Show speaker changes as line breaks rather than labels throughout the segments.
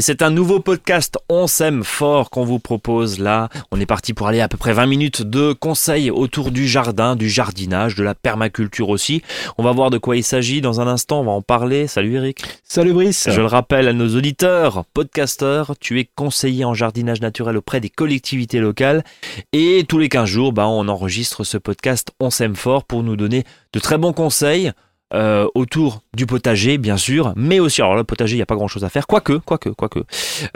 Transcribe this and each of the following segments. c'est un nouveau podcast On s'aime fort qu'on vous propose là. On est parti pour aller à peu près 20 minutes de conseils autour du jardin, du jardinage, de la permaculture aussi. On va voir de quoi il s'agit dans un instant, on va en parler. Salut Eric.
Salut Brice.
Je le rappelle à nos auditeurs, podcasteurs, tu es conseiller en jardinage naturel auprès des collectivités locales et tous les 15 jours, bah, on enregistre ce podcast On s'aime fort pour nous donner de très bons conseils. Euh, autour du potager, bien sûr, mais aussi, alors le potager, il n'y a pas grand chose à faire, quoique, quoique, quoique.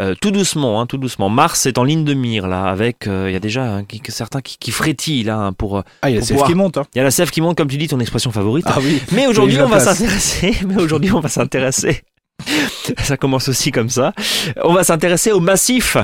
Euh, tout doucement, hein, tout doucement. Mars est en ligne de mire, là, avec, il euh, y a déjà hein, qui, certains qui, qui, frétillent, là, hein, pour.
Ah, il y a la sève qui monte, hein.
Il y a la sève qui monte, comme tu dis, ton expression favorite.
Ah oui.
Mais aujourd'hui, on va s'intéresser, mais aujourd'hui, on va s'intéresser. ça commence aussi comme ça. On va s'intéresser au massif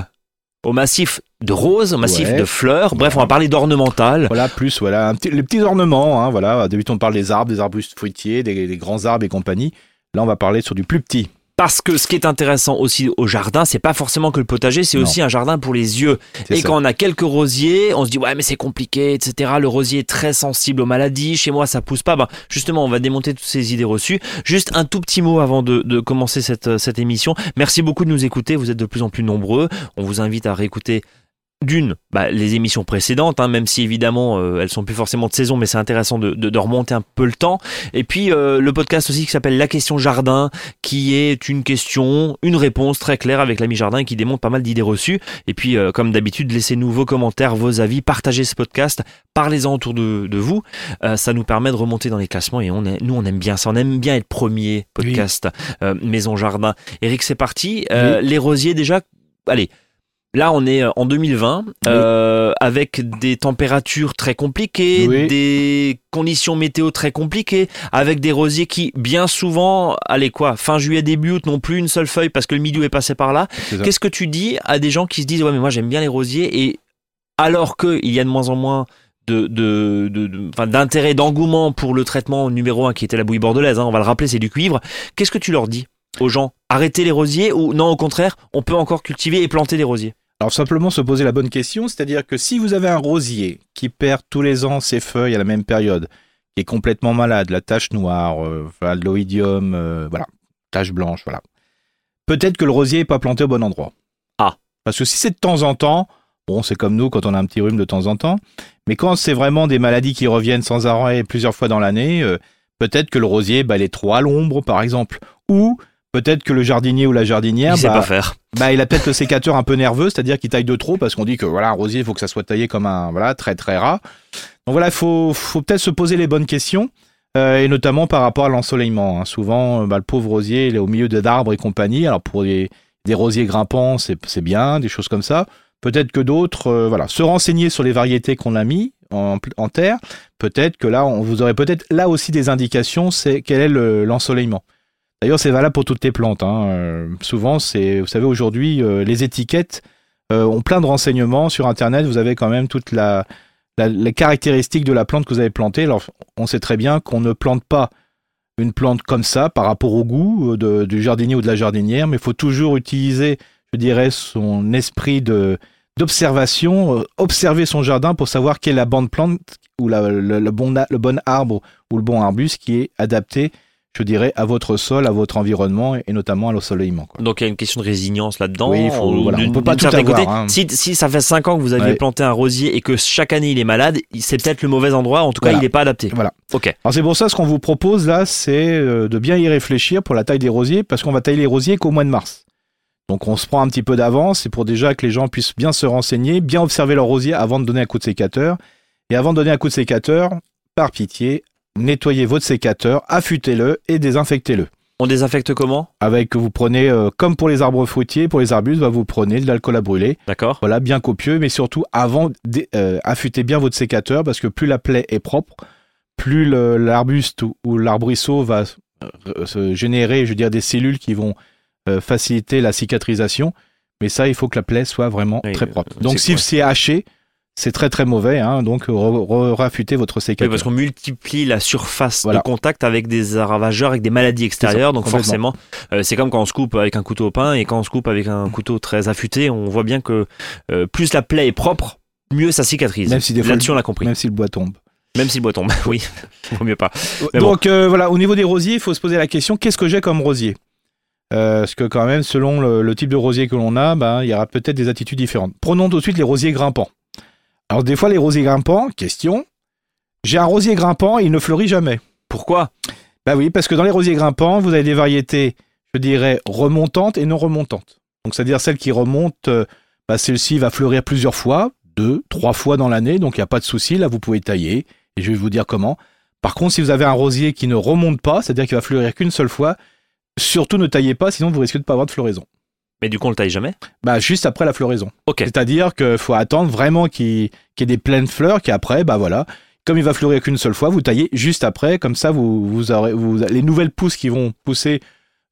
au massif de roses, au massif ouais. de fleurs. Bref, on va parler d'ornemental.
Voilà, plus voilà, un petit, les petits ornements. Hein, voilà, d'habitude on parle des arbres, des arbustes fruitiers, des, des, grands arbres et compagnie. Là, on va parler sur du plus petit.
Parce que ce qui est intéressant aussi au jardin, c'est pas forcément que le potager, c'est aussi un jardin pour les yeux. Et ça. quand on a quelques rosiers, on se dit ouais mais c'est compliqué, etc. Le rosier est très sensible aux maladies. Chez moi, ça pousse pas. Ben, justement, on va démonter toutes ces idées reçues. Juste un tout petit mot avant de, de commencer cette, euh, cette émission. Merci beaucoup de nous écouter. Vous êtes de plus en plus nombreux. On vous invite à réécouter d'une, bah, les émissions précédentes, hein, même si évidemment euh, elles sont plus forcément de saison, mais c'est intéressant de, de, de, remonter un peu le temps. Et puis euh, le podcast aussi qui s'appelle La question jardin, qui est une question, une réponse très claire avec l'ami jardin et qui démontre pas mal d'idées reçues. Et puis euh, comme d'habitude, laissez-nous vos commentaires, vos avis, partagez ce podcast, parlez-en autour de, de vous. Euh, ça nous permet de remonter dans les classements et on est, nous on aime bien ça, on aime bien être premier podcast oui. Maison Jardin. Eric, c'est parti. Oui. Les rosiers déjà, allez. Là, on est en 2020, oui. euh, avec des températures très compliquées, oui. des conditions météo très compliquées, avec des rosiers qui, bien souvent, allez quoi, fin juillet, début août, n'ont plus une seule feuille parce que le milieu est passé par là. Qu'est-ce que tu dis à des gens qui se disent, ouais, mais moi j'aime bien les rosiers, et alors qu'il y a de moins en moins de, de, d'intérêt, de, de, d'engouement pour le traitement numéro un qui était la bouillie bordelaise, hein, on va le rappeler, c'est du cuivre, qu'est-ce que tu leur dis aux gens Arrêtez les rosiers ou non, au contraire, on peut encore cultiver et planter des rosiers
alors simplement se poser la bonne question, c'est-à-dire que si vous avez un rosier qui perd tous les ans ses feuilles à la même période, qui est complètement malade, la tache noire, euh, voilà, l'oïdium, euh, voilà, tache blanche, voilà, peut-être que le rosier n'est pas planté au bon endroit.
Ah.
Parce que si c'est de temps en temps, bon, c'est comme nous quand on a un petit rhume de temps en temps, mais quand c'est vraiment des maladies qui reviennent sans arrêt plusieurs fois dans l'année, euh, peut-être que le rosier, bah, il est trop à l'ombre, par exemple, ou peut-être que le jardinier ou la jardinière,
il sait
bah,
pas faire.
Bah, il a peut-être le sécateur un peu nerveux, c'est-à-dire qu'il taille de trop parce qu'on dit que voilà, un rosier, il faut que ça soit taillé comme un voilà très très rat. Donc voilà, faut faut peut-être se poser les bonnes questions. Euh, et notamment par rapport à l'ensoleillement. Hein. Souvent, bah, le pauvre rosier, il est au milieu d'arbres et compagnie. Alors pour les, des rosiers grimpants, c'est bien, des choses comme ça. Peut-être que d'autres, euh, voilà, se renseigner sur les variétés qu'on a mis en, en terre. Peut-être que là, on vous aurait peut-être là aussi des indications. C'est quel est l'ensoleillement. Le, D'ailleurs, c'est valable pour toutes les plantes. Hein. Euh, souvent, c'est, vous savez, aujourd'hui, euh, les étiquettes euh, ont plein de renseignements sur Internet. Vous avez quand même toutes la, la, les caractéristiques de la plante que vous avez plantée. Alors, on sait très bien qu'on ne plante pas une plante comme ça par rapport au goût euh, de, du jardinier ou de la jardinière, mais il faut toujours utiliser, je dirais, son esprit de d'observation, euh, observer son jardin pour savoir quelle est la bonne plante ou la, le, le, bon, le bon arbre ou le bon arbuste qui est adapté je dirais, à votre sol, à votre environnement et notamment à l'ensoleillement.
Donc il y a une question de résilience là-dedans.
Oui, faut, voilà, on ne peut pas tout avoir. Côté, hein.
si, si, ça fait 5 ans que vous aviez ouais. planté un rosier et que chaque année il est malade, c'est peut-être le mauvais endroit, en tout voilà. cas il n'est pas adapté.
Voilà.
Ok.
Alors c'est pour ça ce qu'on vous propose là, c'est euh, de bien y réfléchir pour la taille des rosiers, parce qu'on va tailler les rosiers qu'au mois de mars. Donc on se prend un petit peu d'avance, et pour déjà que les gens puissent bien se renseigner, bien observer leur rosier avant de donner un coup de sécateur. Et avant de donner un coup de sécateur, par pitié, nettoyez votre sécateur, affûtez-le et désinfectez-le.
On désinfecte comment
Avec, vous prenez, euh, comme pour les arbres fruitiers, pour les arbustes, bah, vous prenez de l'alcool à brûler.
D'accord.
Voilà, bien copieux, mais surtout avant, euh, affûtez bien votre sécateur parce que plus la plaie est propre, plus l'arbuste ou, ou l'arbrisseau va euh, se générer, je veux dire, des cellules qui vont euh, faciliter la cicatrisation. Mais ça, il faut que la plaie soit vraiment oui, très propre.
euh,
Donc, si c'est haché, c'est très très mauvais, hein, donc raffûtez votre sécateur.
Oui, parce qu'on multiplie la surface voilà. de contact avec des ravageurs, avec des maladies extérieures, donc forcément, euh, c'est comme quand on se coupe avec un couteau au pain et quand on se coupe avec un couteau très affûté, on voit bien que euh, plus la plaie est propre, mieux ça cicatrise.
Même si des fois,
Là on l'a compris.
Même si le bois tombe.
Même si le bois tombe, oui, vaut mieux pas.
Mais donc bon. euh, voilà, au niveau des rosiers, il faut se poser la question qu'est-ce que j'ai comme rosier Euh, parce que quand même, selon le, le type de rosier que l'on a, bah, il y aura peut-être des attitudes différentes. Prenons tout de suite les rosiers grimpants. Alors des fois, les rosiers grimpants, question, j'ai un rosier grimpant et il ne fleurit jamais.
Pourquoi
Bah oui, parce que dans les rosiers grimpants, vous avez des variétés, je dirais, remontantes et non remontantes. Donc c'est-à-dire celles qui remontent, euh, bah, celle-ci va fleurir plusieurs fois, deux, trois fois dans l'année, donc il n'y a pas de souci, là vous pouvez tailler, et je vais vous dire comment. Par contre, si vous avez un rosier qui ne remonte pas, c'est-à-dire qu'il va fleurir qu'une seule fois, surtout ne taillez pas, sinon vous risquez de ne pas avoir de floraison.
Mais du coup, on le taille jamais
Bah juste après la floraison.
Ok.
C'est-à-dire qu'il faut attendre vraiment qu'il qu'il y ait des pleines fleurs, qu'après, bah voilà, comme il va fleurir qu'une seule fois, vous taillez juste après, comme ça vous, vous aurez vous, les nouvelles pousses qui vont pousser,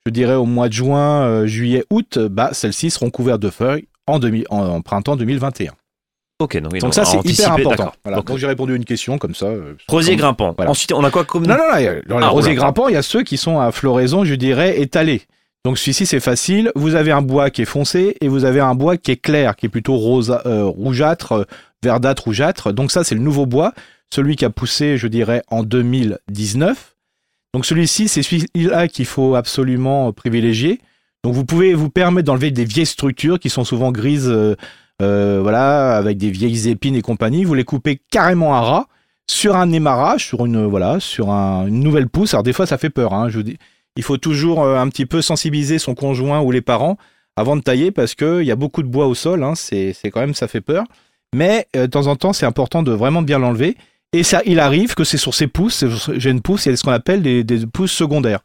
je dirais au mois de juin, euh, juillet, août, euh, bah celles-ci seront couvertes de feuilles en, demi- en, en printemps 2021.
Ok, donc, oui,
Donc
non,
ça
à
c'est hyper
anticiper,
important.
d'accord.
Voilà.
Donc,
Donc j'ai répondu à une question comme ça. euh,
rosier
comme-
grimpant.
Voilà.
Ensuite, on a quoi comme.
non, non, non, dans les
Ah,
rosiers
oula.
grimpants, il y a ceux qui sont à floraison, je dirais, étalée. Donc celui-ci, c'est facile. Vous avez un bois qui est foncé et vous avez un bois qui est clair, qui est plutôt rosa, euh, rougeâtre, euh, verdâtre, rougeâtre. Donc ça, c'est le nouveau bois, celui qui a poussé, je dirais, en 2019. Donc celui-ci, c'est celui-là qu'il faut absolument euh, privilégier. Donc vous pouvez vous permettre d'enlever des vieilles structures qui sont souvent grises, euh, euh, voilà, avec des vieilles épines et compagnie. Vous les coupez carrément à ras sur un démarrage, sur une voilà, sur un- une nouvelle pousse. Alors des fois, ça fait peur. hein, je vous dis, il faut toujours euh, un petit peu sensibiliser son conjoint ou les parents avant de tailler parce que il y a beaucoup de bois au sol. hein, c'est c'est quand même ça fait peur. Mais euh, de temps en temps, c'est important de vraiment bien l'enlever. Et ça, il arrive que c'est sur ses pousses. c'est sur- J'ai une pousse, il y a ce qu'on appelle des, des pousses secondaires.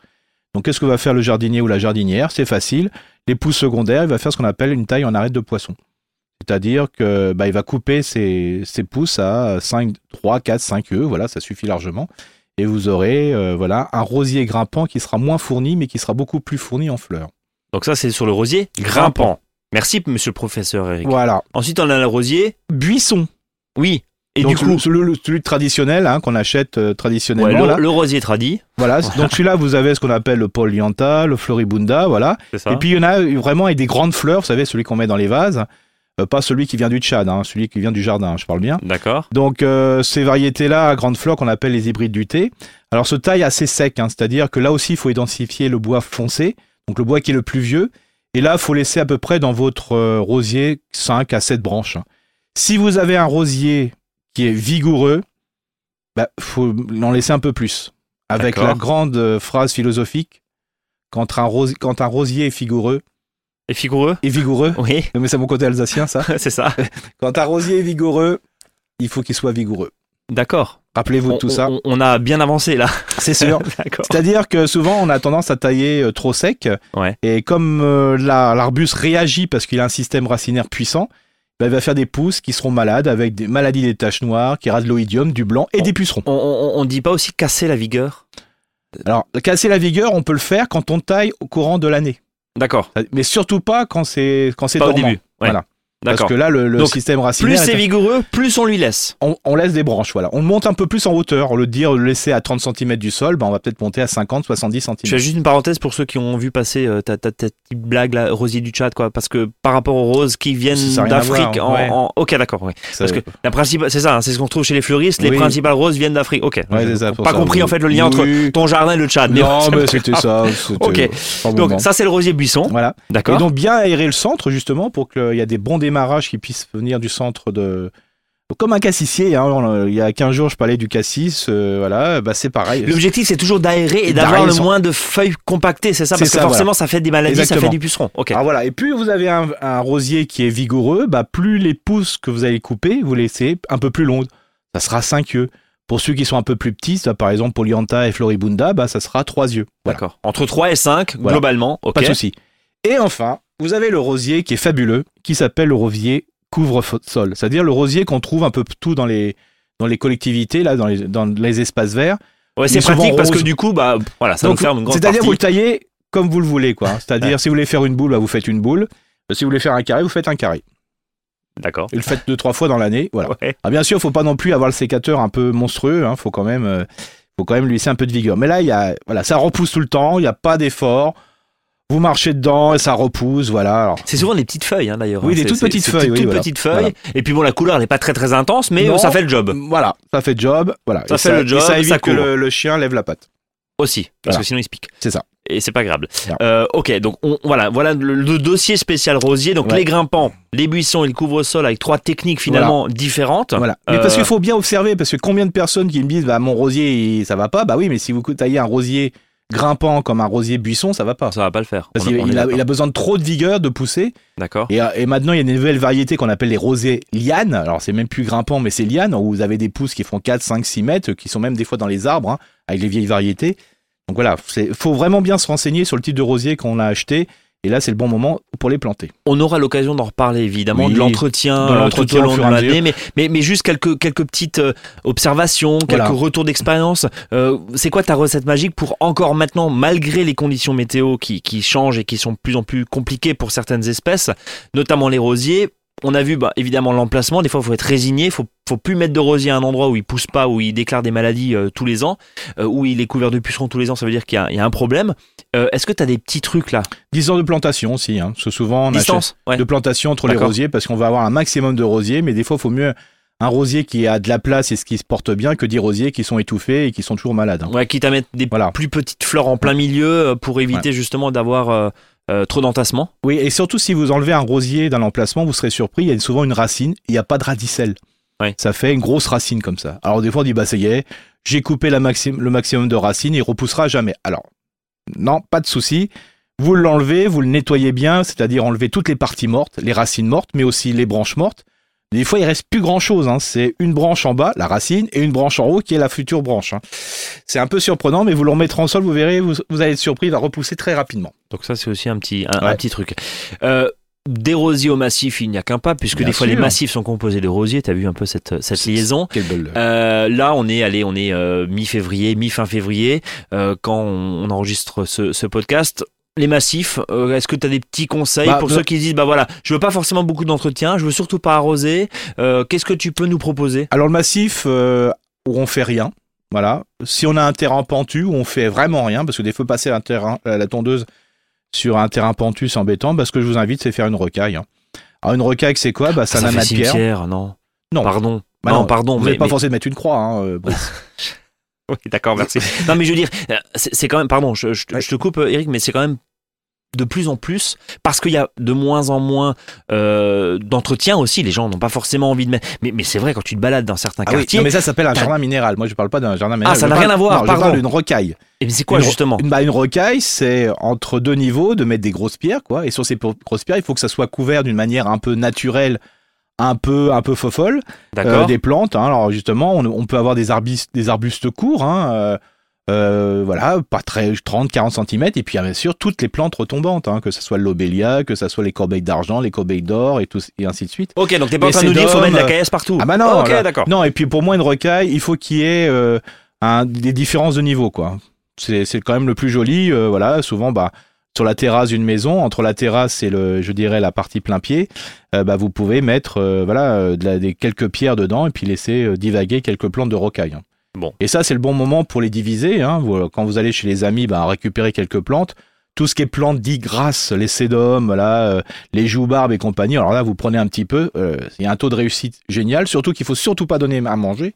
Donc, qu'est-ce que va faire le jardinier ou la jardinière C'est facile. Les pousses secondaires, il va faire ce qu'on appelle une taille en arête de poisson. C'est-à-dire que bah, il va couper ses, ses pouces à 5, 3, 4, 5 œufs, voilà, ça suffit largement. Et vous aurez euh, voilà, un rosier grimpant qui sera moins fourni, mais qui sera beaucoup plus fourni en fleurs.
Donc, ça, c'est sur le rosier grimpant. Merci, monsieur le professeur Eric.
Voilà.
Ensuite, on a le rosier.
Buisson.
Oui. Et
donc
du coup,
le- le- celui traditionnel hein, qu'on achète euh, traditionnellement.
ouais,
là.
le, le rosier tradit.
Voilà. Donc celui-là, vous avez ce qu'on appelle le polyanta, le floribunda, voilà.
C'est ça.
Et puis il y en a vraiment avec des grandes fleurs, vous savez, celui qu'on met dans les vases. Euh, pas celui qui vient du Tchad, hein, celui qui vient du jardin, je parle bien.
D'accord.
Donc euh, ces variétés-là, à grande fleur qu'on appelle les hybrides du thé. Alors ce taille assez sec, hein, c'est-à-dire que là aussi il faut identifier le bois foncé, donc le bois qui est le plus vieux. Et là, il faut laisser à peu près dans votre euh, rosier 5 à 7 branches. hein. Si vous avez un rosier qui est vigoureux, bah, faut en laisser un peu plus. Avec
D'accord.
la grande euh, phrase philosophique, quand un, ros- quand un rosier est vigoureux,
Et vigoureux
est vigoureux,
Oui,
mais c'est mon côté alsacien ça,
c'est ça.
quand un rosier est vigoureux, il faut qu'il soit vigoureux.
D'accord.
Rappelez-vous de
On-
tout ça.
On, on a bien avancé là.
C'est sûr.
D'accord.
C'est-à-dire que souvent, on a tendance à tailler euh, trop sec.
Ouais.
Et comme euh, la- l'arbuste réagit parce qu'il a un système racinaire puissant, bah, il va faire des pousses qui seront malades avec des maladies des taches noires, qui aura de l'oïdium, du blanc et
Oh.
des pucerons.
On, on, on dit pas aussi casser la vigueur
Alors, casser la vigueur, on peut le faire quand on taille au courant de l'année.
D'accord.
Mais surtout pas quand c'est quand c'est
Pas au
dormant.
début. Ouais.
Voilà. Parce
D'accord.
que là, le, le
Donc,
système
Plus
racinaire, est-
c'est vigoureux, plus on lui laisse.
on, on laisse des branches. Voilà. On monte un peu plus en hauteur. Au lieu de dire le laisser à 30 cm du sol, bah, on va peut-être monter à 50, 70 cm.
Je fais juste une parenthèse pour ceux qui ont vu passer euh, ta, ta- ta petite blague, là, rosier du Tchad, quoi. Parce que par rapport aux roses qui viennent
Ça a rien à voir,
d'Afrique, en,
ouais.
en- ok, d'accord, ouais.
Ça- euh,
Parce que la principale, c'est ça, hein, c'est ce qu'on trouve chez les fleuristes. Les
Oui.
principales roses viennent d'Afrique. Ok.
Ouais,
Je-
c'est ça, pour
pas
ça,
compris
oui.
en fait le lien entre
Oui.
ton jardin et le Tchad. mais
Non,
bon,
mais
c'est pas
c'était
grave.
ça. c'était
Ok.
pas le moment.
Donc ça c'est le rosier buisson.
voilà. Et
D'accord.
donc bien aérer le centre justement pour qu'il y ait des bons démarrages qui puissent venir du centre de. Comme un cassissier, hein, on- il y a 15 jours je parlais du cassis, euh, voilà, bah c'est pareil.
L'objectif, c'est toujours d'aérer et
Et
d'avoir
d'aérer
le
son-
moins de feuilles compactées, c'est ça
C'est
Parce que
ça,
forcément, ça fait des maladies, ça
Exactement. Ah,
fait du puceron. Ok.
Alors voilà, et plus vous avez un, un rosier qui est vigoureux, bah plus les pousses que vous allez couper, vous laissez un peu plus longues. Ça sera 5 yeux. Pour ceux qui sont un peu plus petits, ça, par exemple Polianta et Floribunda, bah ça sera 3 yeux. Voilà.
D'accord. Entre 3 et 5,
Voilà.
globalement. Ok.
Pas de souci. Et enfin, vous avez le rosier qui est fabuleux, qui s'appelle le rosier couvre-sol. C'est-à-dire le rosier qu'on trouve un peu tout dans les, dans les collectivités, là, dans les, dans les espaces verts.
Ouais, c'est
Mais souvent
pratique parce que
rose.
du coup, bah, voilà, ça nous
Donc,
ferme une grande
C'est-à-dire
partie.
vous le taillez comme vous le voulez, quoi. C'est-à-dire si vous voulez faire une boule, bah, vous faites une boule. Si vous voulez faire un carré, vous faites un carré.
D'accord.
Et le faites deux, trois fois dans l'année, voilà.
Ouais.
Ah, bien sûr, faut pas non plus avoir le sécateur un peu monstrueux. Hein, faut quand même, euh, faut quand même lui laisser un peu de vigueur. Mais là, il y a, voilà, ça repousse tout le temps. Il n'y a pas d'effort. Vous marchez dedans et ça repousse, voilà. Alors,
C'est souvent des petites feuilles, hein, d'ailleurs.
Oui,
hein.
des
C'est-
toutes
c'est-
petites
c'est
feuilles,
Toutes
oui, voilà.
petites feuilles. Et puis bon, la couleur n'est pas très très intense, mais
Non.
euh, ça fait le job.
Voilà, ça fait job. Voilà.
Ça fait le job,
Et ça
ça
évite que
court.
le, le chien lève la patte.
aussi, parce
Voilà.
que sinon il se pique.
C'est ça.
Et c'est pas agréable.
Non.
Euh, ok, donc on- voilà, voilà le, le dossier spécial rosier. Donc
Ouais.
les grimpants, les buissons et le couvre-sol avec trois techniques finalement différentes.
Voilà. Mais parce
Euh,
qu'il faut bien observer, parce que combien de personnes qui me disent, bah, mon rosier, il- ça va pas. Bah oui, mais si vous taillez un rosier grimpant comme un rosier buisson, ça va pas.
Ça va pas le faire.
Parce
On-
qu'il
on est
il a,
d'accord.
il a besoin de trop de vigueur, de pousser.
D'accord.
Et, euh, et maintenant, il y a des nouvelles variétés qu'on appelle les rosiers lianes. Alors, c'est même plus grimpant, mais c'est liane, où vous avez des pousses qui font 4, 5, 6 mètres, qui sont même des fois dans les arbres, hein, avec les vieilles variétés. Donc voilà, il faut vraiment bien se renseigner sur le type de rosier qu'on a acheté. Et là, c'est le bon moment pour les planter.
On aura l'occasion d'en reparler évidemment
Oui.
de l'entretien
Dans
euh, tout
l'entretien
au
au
long de
fur et à
l'année, mais, mais mais juste quelques quelques petites euh, observations, quelques
Voilà.
retours d'expérience. Euh, c'est quoi ta recette magique pour encore maintenant, malgré les conditions météo qui qui changent et qui sont de plus en plus compliquées pour certaines espèces, notamment les rosiers. On a vu bah, évidemment l'emplacement. Des fois, il faut être résigné. Faut faut plus mettre de rosier à un endroit où il pousse pas, où il déclare des maladies euh, tous les ans, euh, où il est couvert de pucerons tous les ans. Ça veut dire qu'il y a, il y a un problème. Euh, Est-ce que tu as des petits trucs là
10 ans de plantation aussi, hein, parce que souvent, on achète-
Distance. Ouais.
de plantation entre les
D'accord.
rosiers parce qu'on va avoir un maximum de rosiers, mais des fois, il faut mieux un rosier qui a de la place et ce qui se porte bien que 10 rosiers qui sont étouffés et qui sont toujours malades. hein.
Ouais, quitte à mettre des
Voilà.
plus petites fleurs en plein milieu euh, pour éviter justement d'avoir euh, euh, trop d'entassement.
Oui, et surtout si vous enlevez un rosier dans l'emplacement, vous serez surpris, il y a souvent une racine, il n'y a pas de radicelle.
Ouais.
Ça fait une grosse racine comme ça. Alors des fois, on dit, bah ça y est, j'ai coupé la maxim- le maximum de racines, il repoussera jamais. Alors, non, pas de souci. Vous l'enlevez, vous le nettoyez bien, c'est-à-dire enlever toutes les parties mortes, les racines mortes, mais aussi les branches mortes. Des fois, il reste plus grand-chose. hein. C'est une branche en bas, la racine, et une branche en haut qui est la future branche. hein. C'est un peu surprenant, mais vous le remettrez en sol, vous verrez, vous, vous allez être surpris, il va repousser très rapidement.
Donc ça, c'est aussi un petit, un,
Ouais.
un petit truc. Euh, des rosiers au massif, il n'y a qu'un pas, puisque
Bien
des fois
sûr.
les massifs sont composés de rosiers. T'as vu un peu cette, cette
C'est-
liaison.
Quelle belle...
Euh, là, on est, allez, on est euh, mi-février, mi-fin février, euh, quand on, on enregistre ce, ce podcast. Les massifs, euh, est-ce que tu as des petits conseils
Bah,
pour
bah-
ceux qui se disent, bah voilà, je veux pas forcément beaucoup d'entretien, je veux surtout pas arroser. euh, Qu'est-ce que tu peux nous proposer
Alors le massif euh, où on fait rien, voilà. Si on a un terrain pentu où on fait vraiment rien, parce que des fois passer un terrain, euh, la tondeuse sur un terrain pentu c'est embêtant, bah, ce que je vous invite c'est faire une rocaille. hein. Alors une rocaille c'est quoi bah, C'est un
fait
amas de pierre.
cimetière, non
Non.
Pardon.
Bah
non,
non,
pardon,
Vous
mais,
n'êtes pas
mais-
forcé de mettre une croix. hein, euh, bon.
Oui, d'accord, merci. non, mais je veux dire, euh, c'est c'est quand même, pardon, je, je te- je te coupe, euh, Eric, mais c'est quand même de plus en plus, parce qu'il y a de moins en moins euh, d'entretien aussi, les gens n'ont pas forcément envie de mettre. Mais, mais c'est vrai, quand tu te balades dans certains
Ah oui,
quartiers,
non, mais ça s'appelle un
T'as-
jardin minéral. Moi je parle pas d'un jardin minéral.
Ah, ça
Je
n'a
parle-
rien à voir,
non, je
pardon.
parle d'une
et
rocaille.
mais eh ben, c'est quoi
une-
justement
Bah, une rocaille c'est entre deux niveaux de mettre des grosses pierres quoi. Et sur ces po- grosses pierres il faut que ça soit couvert d'une manière un peu naturelle, un peu un peu fofolle.
D'accord
Euh, des plantes. hein. Alors justement, on, on peut avoir des arbustes, des arbustes courts, hein, euh, euh, voilà, pas très 30-40 cm, et puis ah, bien sûr toutes les plantes retombantes, hein, que ce soit l'obélia, que ce soit les corbeilles d'argent, les corbeilles d'or et tout et ainsi de suite.
Ok, donc t'es pas en
les
train de nous dire qu'il faut
sédums,
mettre de la
euh,
caillasse partout.
Ah bah non,
Ok,
là-
d'accord.
Non, et puis pour moi une rocaille, il faut qu'il y ait euh, un- des différences de niveau, quoi. C'est c'est quand même le plus joli, euh, voilà. Souvent, bah sur la terrasse d'une maison, entre la terrasse et le, je dirais la partie plein pied, euh, bah vous pouvez mettre euh, voilà euh, de la- des quelques pierres dedans et puis laisser euh, divaguer quelques plantes de rocaille. hein.
Bon.
Et ça c'est le bon moment pour les diviser. Hein. Vous- quand vous allez chez les amis, bah récupérer quelques plantes. Tout ce qui est plantes dites grasses, les sédums, voilà, euh, les joubarbes et compagnie. Alors là, vous prenez un petit peu. euh, Il y a un taux de réussite génial. Surtout qu'il faut surtout pas donner à manger.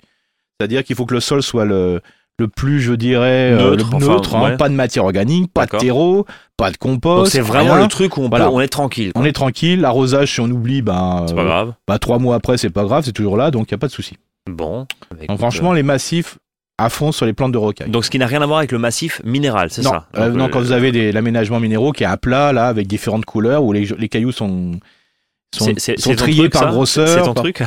C'est-à-dire qu'il faut que le sol soit le, le plus, je dirais, euh,
Neutre,
le
enfin,
neutre, hein.
ouais.
pas de matière organique, pas de
D'accord.
terreau, pas de compost.
Donc c'est vraiment
rien.
le truc où on, peut-
ah Voilà.
on est tranquille. quoi.
On est tranquille. L'arrosage, si on oublie, ben,
C'est pas
euh,
grave.
bah, trois mois après, c'est pas grave, c'est toujours là, donc il n'y a pas de souci.
Bon. Bah, écoute,
Donc franchement, les massifs à fond sur les plantes de
euh,
rocaille.
Donc ce qui n'a rien à voir avec le massif minéral, c'est
non,
ça
euh,
Donc,
non,
euh,
quand vous avez des- l'aménagement minéraux qui est à plat, là, avec différentes couleurs, où les, les cailloux sont, sont,
c'est- c'est-
sont
c'est ton
triés
truc,
par
ça
grosseur.
C'est ton
par-
truc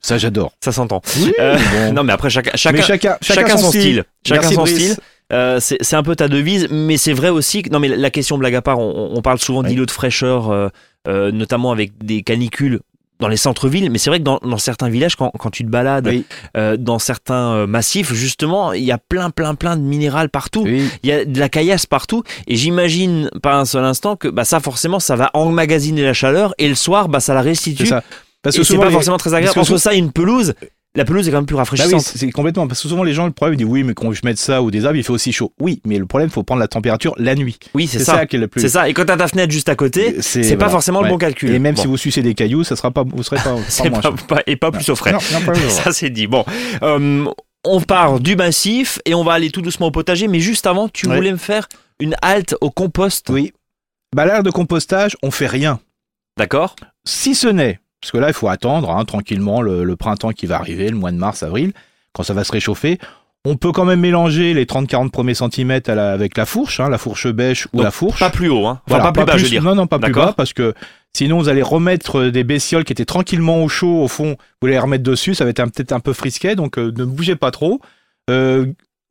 Ça, j'adore.
Ça s'entend.
Oui,
Euh,
bon.
Non, mais après, chacun,
Mais
chacun,
chacun,
chacun, son style. Chacun
Merci,
son
Brice.
style. Euh, c'est c'est un peu ta devise, mais c'est vrai aussi que. Non, mais la- la question, blague à part, on, on parle souvent
Oui.
d'îlots de fraîcheur, euh, euh, notamment avec des canicules dans les centres-villes, mais c'est vrai que dans, dans certains villages, quand, quand tu te balades
Oui.
euh, dans certains euh, massifs, justement, il y a plein, plein, plein de minérales partout.
Oui.
Il y a de la caillasse partout, et j'imagine pas un seul instant que bah, ça, forcément, ça va emmagasiner la chaleur, et le soir, bah, ça la restitue.
C'est ça. Parce
Et
que
c'est
souvent,
pas
les-
forcément très agréable.
parce que
Entre ça et une pelouse, la pelouse est quand même plus
Bah
rafraîchissante.
oui, c'est c'est complètement. Parce que souvent, les gens, le problème, ils disent oui, mais quand je mette ça ou des arbres, il fait aussi chaud. Oui, mais le problème, il faut prendre la température la nuit.
oui, c'est
C'est
ça.
ça qui est le plus.
C'est ça. Et quand t'as ta fenêtre juste à côté, c'est pas
voilà.
forcément le
Ouais.
bon calcul.
Et même
Bon.
si vous sucez des cailloux, ça sera pas, vous serez pas, pas
c'est
moins
pas,
chaud.
pas- et pas plus au frais.
Non, non, pas moins chaud.
Ça c'est dit. Bon, Euh, on part du massif et on va aller tout doucement au potager. Mais juste avant, tu
Ouais.
voulais me faire une halte au compost.
Oui. Bah, l'air de compostage, on fait rien.
D'accord
Si ce n'est, parce que là, il faut attendre hein, tranquillement le, le printemps qui va arriver, le mois de mars, avril, quand ça va se réchauffer. On peut quand même mélanger les 30-40 premiers centimètres à la- avec la fourche, hein, la fourche bêche ou
Donc,
la fourche.
Pas plus haut, hein. Enfin,
Voilà,
pas plus bas, je veux dire.
Non, non, pas plus
D'accord.
bas, parce que sinon, vous allez remettre euh, des bestioles qui étaient tranquillement au chaud, au fond, vous les remettre dessus, ça va être un- peut-être un peu frisquet, donc euh, ne bougez pas trop. Euh,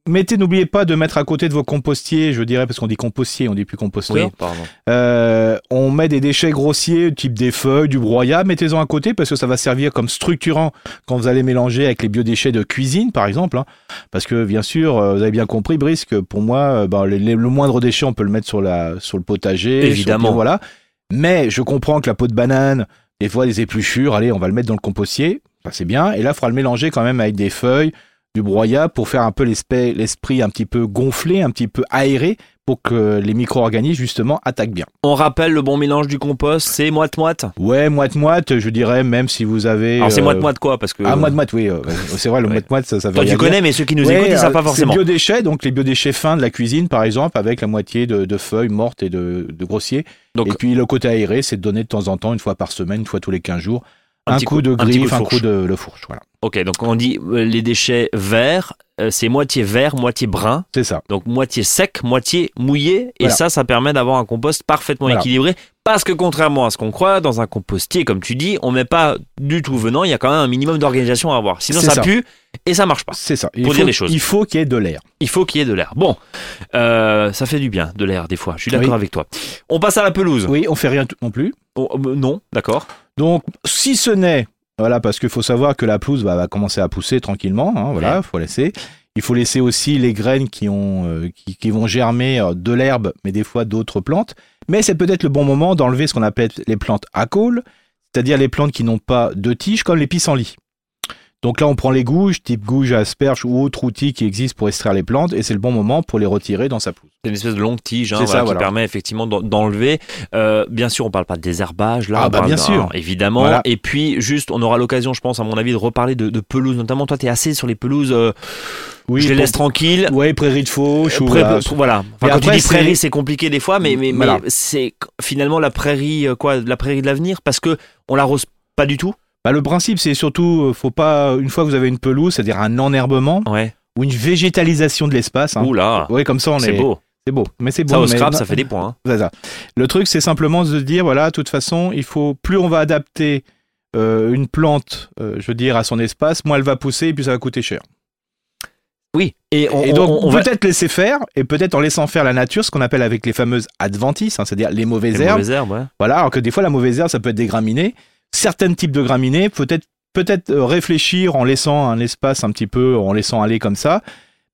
mettez, n'oubliez pas de mettre à côté de vos compostiers, je dirais, parce qu'on dit compostier, on dit plus composteur.
Oui, pardon.
Euh, on met des déchets grossiers, type des feuilles, du broyat, mettez-en à côté parce que ça va servir comme structurant quand vous allez mélanger avec les biodéchets de cuisine, par exemple. hein. Parce que, bien sûr, euh, vous avez bien compris, Brice, que pour moi, euh, ben, les- les- le moindre déchet, on peut le mettre sur, la, sur le potager. sur-
Évidemment.
voilà. Mais je comprends que la peau de banane, des fois, les épluchures, allez, on va le mettre dans le compostier. Ben, c'est bien. Et là, il faudra le mélanger quand même avec des feuilles, du broyat pour faire un peu l'esprit l'esprit un petit peu gonflé, un petit peu aéré pour que les micro-organismes, justement, attaquent bien.
On rappelle le bon mélange du compost, c'est moite-moite.
Ouais, moite-moite, je dirais, même si vous avez.
Alors c'est
euh,
moite-moite quoi Parce que.
Ah, moite-moite, oui. euh, c'est vrai, le
Ouais.
moite-moite, ça, ça veut
Toi,
rien
tu
dire.
connais, mais ceux qui nous
Ouais,
écoutent, ils savent
euh,
pas forcément.
C'est biodéchets, donc les biodéchets fins de la cuisine, par exemple, avec la moitié de, de feuilles mortes et de, de grossiers.
Donc-
et puis le côté aéré, c'est de donner de temps en temps, une fois par semaine, une fois tous les 15 jours,
Un
un,
petit
coup,
coup-
de
un petit coup
griffe,
de
un
fourche.
coup de, de fourche. Voilà,
Ok, donc on dit euh, les déchets verts, euh, c'est moitié vert, moitié brun,
c'est ça.
donc moitié sec, moitié mouillé, et
Voilà.
ça, ça permet d'avoir un compost parfaitement
Voilà.
équilibré. Parce que contrairement à ce qu'on croit, dans un compostier, comme tu dis, on met pas du tout venant, il y a quand même un minimum d'organisation à avoir. Sinon,
C'est
ça,
ça.
pue et ça marche pas.
C'est ça. Il
Pour
faut,
dire les choses.
Il faut qu'il y ait de l'air.
Il faut qu'il y ait de l'air. Bon, euh, ça fait du bien de l'air des fois. Je suis d'accord
Oui.
avec toi. On passe à la pelouse.
Oui, on fait rien tout- non plus.
Oh, euh, non, d'accord.
Donc, si ce n'est, voilà, parce qu'il faut savoir que la pelouse bah, va commencer à pousser tranquillement, hein, voilà, faut laisser. Il faut laisser aussi les graines qui, ont, euh, qui, qui vont germer euh, de l'herbe, mais des fois d'autres plantes. Mais c'est peut-être le bon moment d'enlever ce qu'on appelle les plantes à caules, c'est-à-dire les plantes qui n'ont pas de tiges, comme les pissenlits. Donc là, on prend les gouges, type gouges à asperges ou autres outils qui existent pour extraire les plantes, et c'est le bon moment pour les retirer dans sa pelouse.
C'est une espèce de longue tige hein,
C'est
voilà,
ça,
qui
voilà.
permet effectivement d'en- d'enlever. Euh, bien sûr, on parle pas de désherbage là.
Ah,
on
bah,
parle
bien
d'un-
sûr.
évidemment.
Voilà.
Et puis juste, on aura l'occasion, je pense, à mon avis, de reparler de, de pelouses. Notamment, toi, tu es assez sur les pelouses. euh,
Oui,
je les
pour-
laisse tranquilles.
Ouais, prairie de fauche ou
Pré-
la-
pr- voilà. Enfin,
Et
quand tu
après,
dis prairie,
c'est-
c'est compliqué des fois, mais, mais, mais
Voilà.
c'est finalement la prairie euh, quoi, la prairie de l'avenir, parce que on l'arrose pas du tout.
Bah, le principe, c'est surtout, euh, faut pas, une fois que vous avez une pelouse, c'est-à-dire un enherbement
Ouais.
ou une végétalisation de l'espace. hein.
Oula,
Ouais, comme ça, on
c'est
est.
beau.
C'est beau. Mais c'est
ça
beau.
au
mais-
scrap, ça fait des points. hein.
C'est ça. Le truc, c'est simplement de se dire, voilà, de toute façon, il faut, plus on va adapter euh, une plante, euh, je veux dire, à son espace, moins elle va pousser et puis ça va coûter cher.
Oui. Et, on,
et donc,
on- on va
peut-être laisser faire et peut-être en laissant faire la nature, ce qu'on appelle avec les fameuses adventices, hein, c'est-à-dire les mauvaises
les
herbes.
mauvaises herbes, ouais.
Voilà, alors que des fois, la mauvaise herbe, ça peut être des graminées. Certains types de graminées, peut-être peut-être euh, réfléchir en laissant un espace un petit peu, en laissant aller comme ça.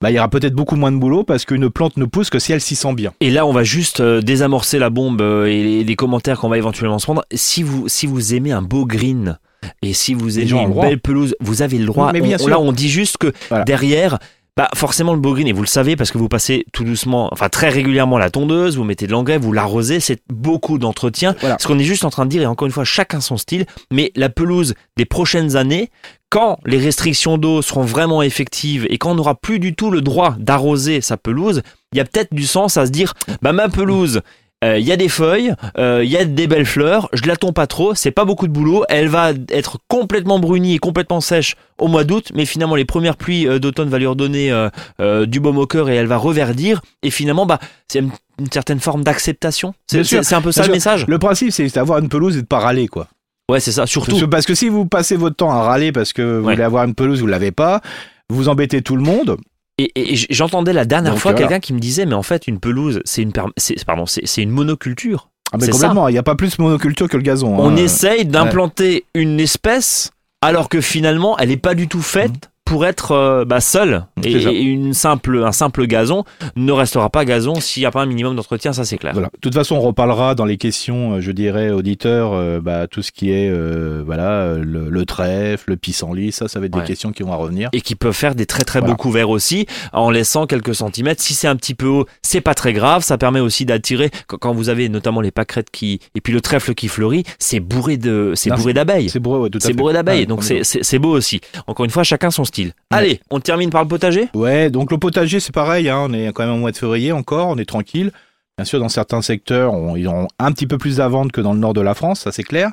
Bah, il y aura peut-être beaucoup moins de boulot parce qu'une plante ne pousse que si elle s'y sent bien.
Et là, on va juste euh, désamorcer la bombe euh, et les, les commentaires qu'on va éventuellement se prendre. Si vous, si vous aimez un beau green et si vous aimez
gens ont le
une
droit.
belle pelouse, vous avez le droit.
Mais bien
On- on-
sûr.
Là, on dit juste que
Voilà.
derrière, bah, forcément, le beau green, et vous le savez parce que vous passez tout doucement, enfin très régulièrement la tondeuse, vous mettez de l'engrais, vous l'arrosez, c'est beaucoup d'entretien.
Voilà.
Ce qu'on est juste en train de dire, et encore une fois, chacun son style, mais la pelouse des prochaines années, quand les restrictions d'eau seront vraiment effectives et quand on n'aura plus du tout le droit d'arroser sa pelouse, il y a peut-être du sens à se dire, bah ma pelouse, euh, il y a des feuilles, euh, il y a des belles fleurs, je la tombe pas trop, c'est pas beaucoup de boulot, elle va être complètement brunie et complètement sèche au mois d'août, mais finalement les premières pluies euh, d'automne va lui redonner euh, euh, du baume au cœur et elle va reverdir, et finalement bah c'est une, une certaine forme d'acceptation. C'est
Bien sûr,
c'est- c'est un peu ça le
bien
message.
Le principe, c'est d'avoir une pelouse et de pas râler, quoi.
Ouais, c'est ça, surtout.
Parce que, parce que si vous passez votre temps à râler parce que vous
Ouais.
voulez avoir une pelouse, vous l'avez pas, vous embêtez tout le monde.
Et, et- et j'entendais la dernière
Donc,
fois
voilà.
quelqu'un qui me disait, mais en fait, une pelouse, c'est une, perm- c'est- pardon, c'est c'est une monoculture.
Ah, mais
C'est
complètement, il n'y a pas plus monoculture que le gazon.
On
hein.
essaye d'implanter une espèce alors que finalement, elle n'est pas du tout faite. Pour être euh, bah, seule et,
Mhm. C'est ça.
et une simple, un simple gazon ne restera pas gazon s'il n'y a pas un minimum d'entretien, ça c'est clair.
Voilà. De toute façon, on reparlera dans les questions, euh, je dirais, auditeurs, euh, bah, tout ce qui est euh, voilà, euh, le, le trèfle, le pissenlit, ça, ça va être
Ouais.
des questions qui vont à revenir.
et qui peuvent faire des très très
Voilà.
beaux couverts aussi en laissant quelques centimètres. Si c'est un petit peu haut, c'est pas très grave. Ça permet aussi d'attirer quand, quand vous avez notamment les pâquerettes qui et puis le trèfle qui fleurit, c'est bourré de c'est
Non,
bourré d'abeilles.
C'est bourré, ouais, tout à
C'est
fait.
bourré d'abeilles,
Ouais,
donc
complètement.
c'est- c'est c'est beau aussi. Encore une fois, chacun son style. Allez, on termine par le potager
Ouais, donc le potager, c'est pareil, hein, on est quand même au mois de février encore, on est tranquille. Bien sûr, dans certains secteurs, on- ils ont un petit peu plus à vendre que dans le nord de la France, ça c'est clair.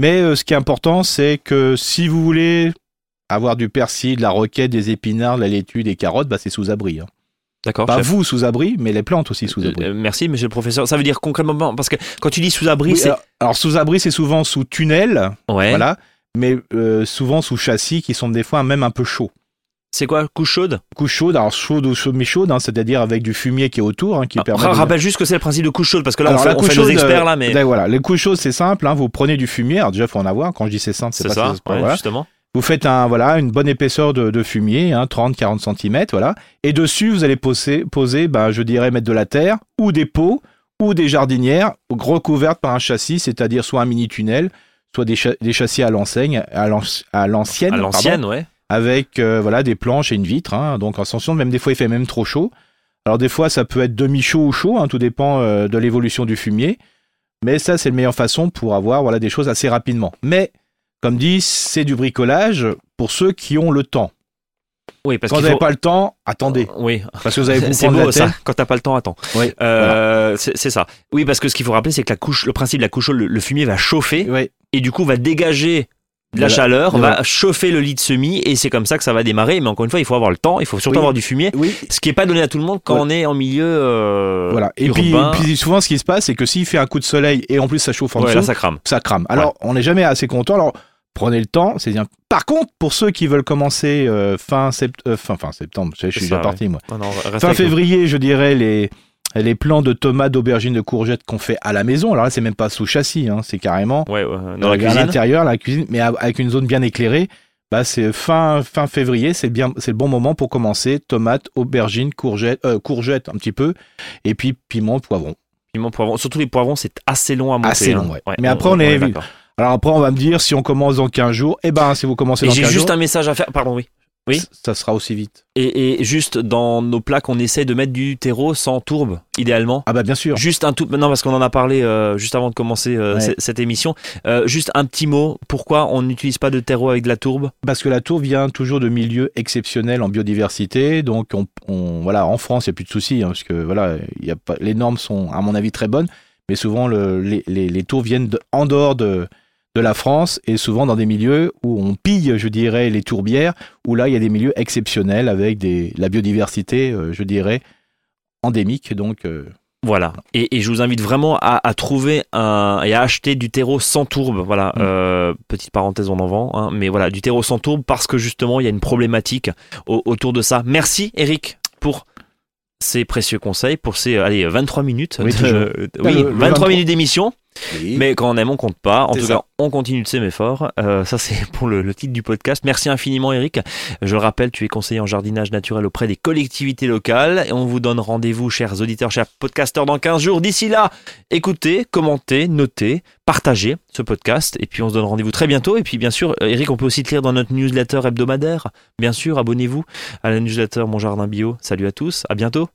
Mais euh, ce qui est important, c'est que si vous voulez avoir du persil, de la roquette, des épinards, de la laitue, des carottes, bah, c'est sous-abri. hein.
D'accord.
Pas
chef.
vous sous-abri, mais les plantes aussi sous-abri.
Euh, merci, monsieur le professeur. Ça veut dire concrètement, parce que quand tu dis sous-abri,
Oui,
c'est.
alors, alors, sous-abri, c'est souvent sous tunnel,
Ouais.
voilà, mais euh, souvent sous châssis qui sont des fois même un peu chauds.
C'est quoi Couche chaude
Couche chaude, alors chaude ou semi-chaude, hein, c'est-à-dire avec du fumier qui est autour, hein, qui
Ah,
permet.
ra-
de-
Rappelle juste que c'est le principe de couche chaude, parce que là,
Alors,
on fait,
la
on
couche
fait nos
chaude,
experts là, mais.
Ben voilà, les couches chaudes, c'est simple. hein, vous prenez du fumier. Alors déjà, faut en avoir. Quand je dis c'est simple, c'est
C'est
pas
ça,
que c'est pas-
ouais,
voilà.
justement.
Vous faites un voilà une bonne épaisseur de, de fumier, hein, 30-40 cm, voilà. Et dessus, vous allez poser, poser, ben, je dirais mettre de la terre ou des pots ou des jardinières recouvertes par un châssis, c'est-à-dire soit un mini tunnel, soit des, cha- des châssis à l'enseigne, à l'an- à l'ancienne,
À
Eh pardon,
l'ancienne, ouais.
avec euh, voilà des planches et une vitre. hein. donc en ascension, même des fois, il fait même trop chaud. Alors des fois, ça peut être demi-chaud ou chaud, hein, tout dépend euh, de l'évolution du fumier. Mais ça, c'est la meilleure façon pour avoir voilà des choses assez rapidement. Mais comme dit, c'est du bricolage pour ceux qui ont le temps.
Oui, parce
Quand vous
qu'il
n'avez
faut-
pas le temps, attendez,
Oui,
parce que vous allez vous
c'est
prendre
beau
la
ça.
tête.
Quand t'as pas le temps, attends.
Oui,
Euh, c'est c'est ça. Oui, parce que ce qu'il faut rappeler, c'est que la couche, le principe de la couche, chaude, le, le fumier va chauffer
oui.
et du coup va dégager de la
Voilà.
chaleur,
Voilà.
va chauffer le lit de semis et c'est comme ça que ça va démarrer. Mais encore une fois, il faut avoir le temps, il faut surtout
Oui.
avoir du fumier,
oui.
ce qui est pas donné à tout le monde quand
Ouais.
on est en milieu. euh,
Voilà. Et puis,
urbain.
puis souvent, ce qui se passe, c'est que s'il fait un coup de soleil et en plus ça chauffe en
Ouais,
dessous,
là, ça crame.
ça crame. Alors, on n'est jamais assez content. Alors, prenez le temps, c'est bien. Par contre, pour ceux qui veulent commencer euh, fin, sept- euh, fin, fin septembre, je, je suis
C'est ça,
déjà parti, moi.
Ah Non, non, reste
Fin
avec nous.
février, je dirais, les, les plants de tomates, d'aubergines, de courgettes qu'on fait à la maison. Alors là, c'est même pas sous châssis, hein, c'est carrément
Ouais, ouais, dans la
euh, à
cuisine.
l'intérieur, la cuisine, mais a- avec une zone bien éclairée. Bah, c'est fin, fin février, c'est bien, c'est le bon moment pour commencer. Tomates, aubergines, courgettes, euh, courgettes un petit peu, et puis piment, poivron.
Piment, poivron. Surtout les poivrons, c'est assez long à monter.
Assez
hein.
long, ouais. Mais après, on est-
d'accord.
Alors après, on va me dire si on commence dans 15 jours. Eh ben, si vous commencez
Et
dans
j'ai
15 jours,
juste un message à faire. Pardon, oui. Oui.
ça sera aussi vite.
Et, et juste dans nos plaques, on essaie de mettre du terreau sans tourbe, idéalement.
Ah bah bien sûr.
Juste un tout, non parce qu'on en a parlé euh, juste avant de commencer euh,
Ouais.
c- cette émission. Euh, juste un petit mot, pourquoi on n'utilise pas de terreau avec de la tourbe
Parce que la tour vient toujours de milieux exceptionnels en biodiversité. Donc on, on- voilà, en France, il n'y a plus de souci, hein, parce que voilà, il y a pas, les normes sont, à mon avis, très bonnes. Mais souvent, le- les, les- les tours viennent de- en dehors de, de la France et souvent dans des milieux où on pille, je dirais, les tourbières, où là, il y a des milieux exceptionnels avec des, la biodiversité, euh, je dirais, endémique. Donc, euh,
Voilà. Et, et je vous invite vraiment à, à trouver un, et à acheter du terreau sans tourbe. Voilà.
Mm.
Euh, petite parenthèse, on en vend. hein. mais voilà, du terreau sans tourbe parce que justement, il y a une problématique au- autour de ça. Merci, Eric, pour ces précieux conseils, pour ces euh, allez, 23 minutes.
Oui,
de-
toujours.
euh,
Ah,
oui,
le- le
23,
23.
minutes d'émission. Mais quand on aime, on compte pas. En
C'est
tout
ça.
cas, on continue de s'aimer fort. Euh, ça, c'est pour le, le titre du podcast. Merci infiniment, Eric. Je le rappelle, tu es conseiller en jardinage naturel auprès des collectivités locales. Et on vous donne rendez-vous, chers auditeurs, chers podcasteurs, dans 15 jours. D'ici là, écoutez, commentez, notez, partagez ce podcast. Et puis, on se donne rendez-vous très bientôt. Et puis, bien sûr, euh, Eric, on peut aussi te lire dans notre newsletter hebdomadaire. Bien sûr, abonnez-vous à la newsletter Mon Jardin Bio. Salut à tous. À bientôt.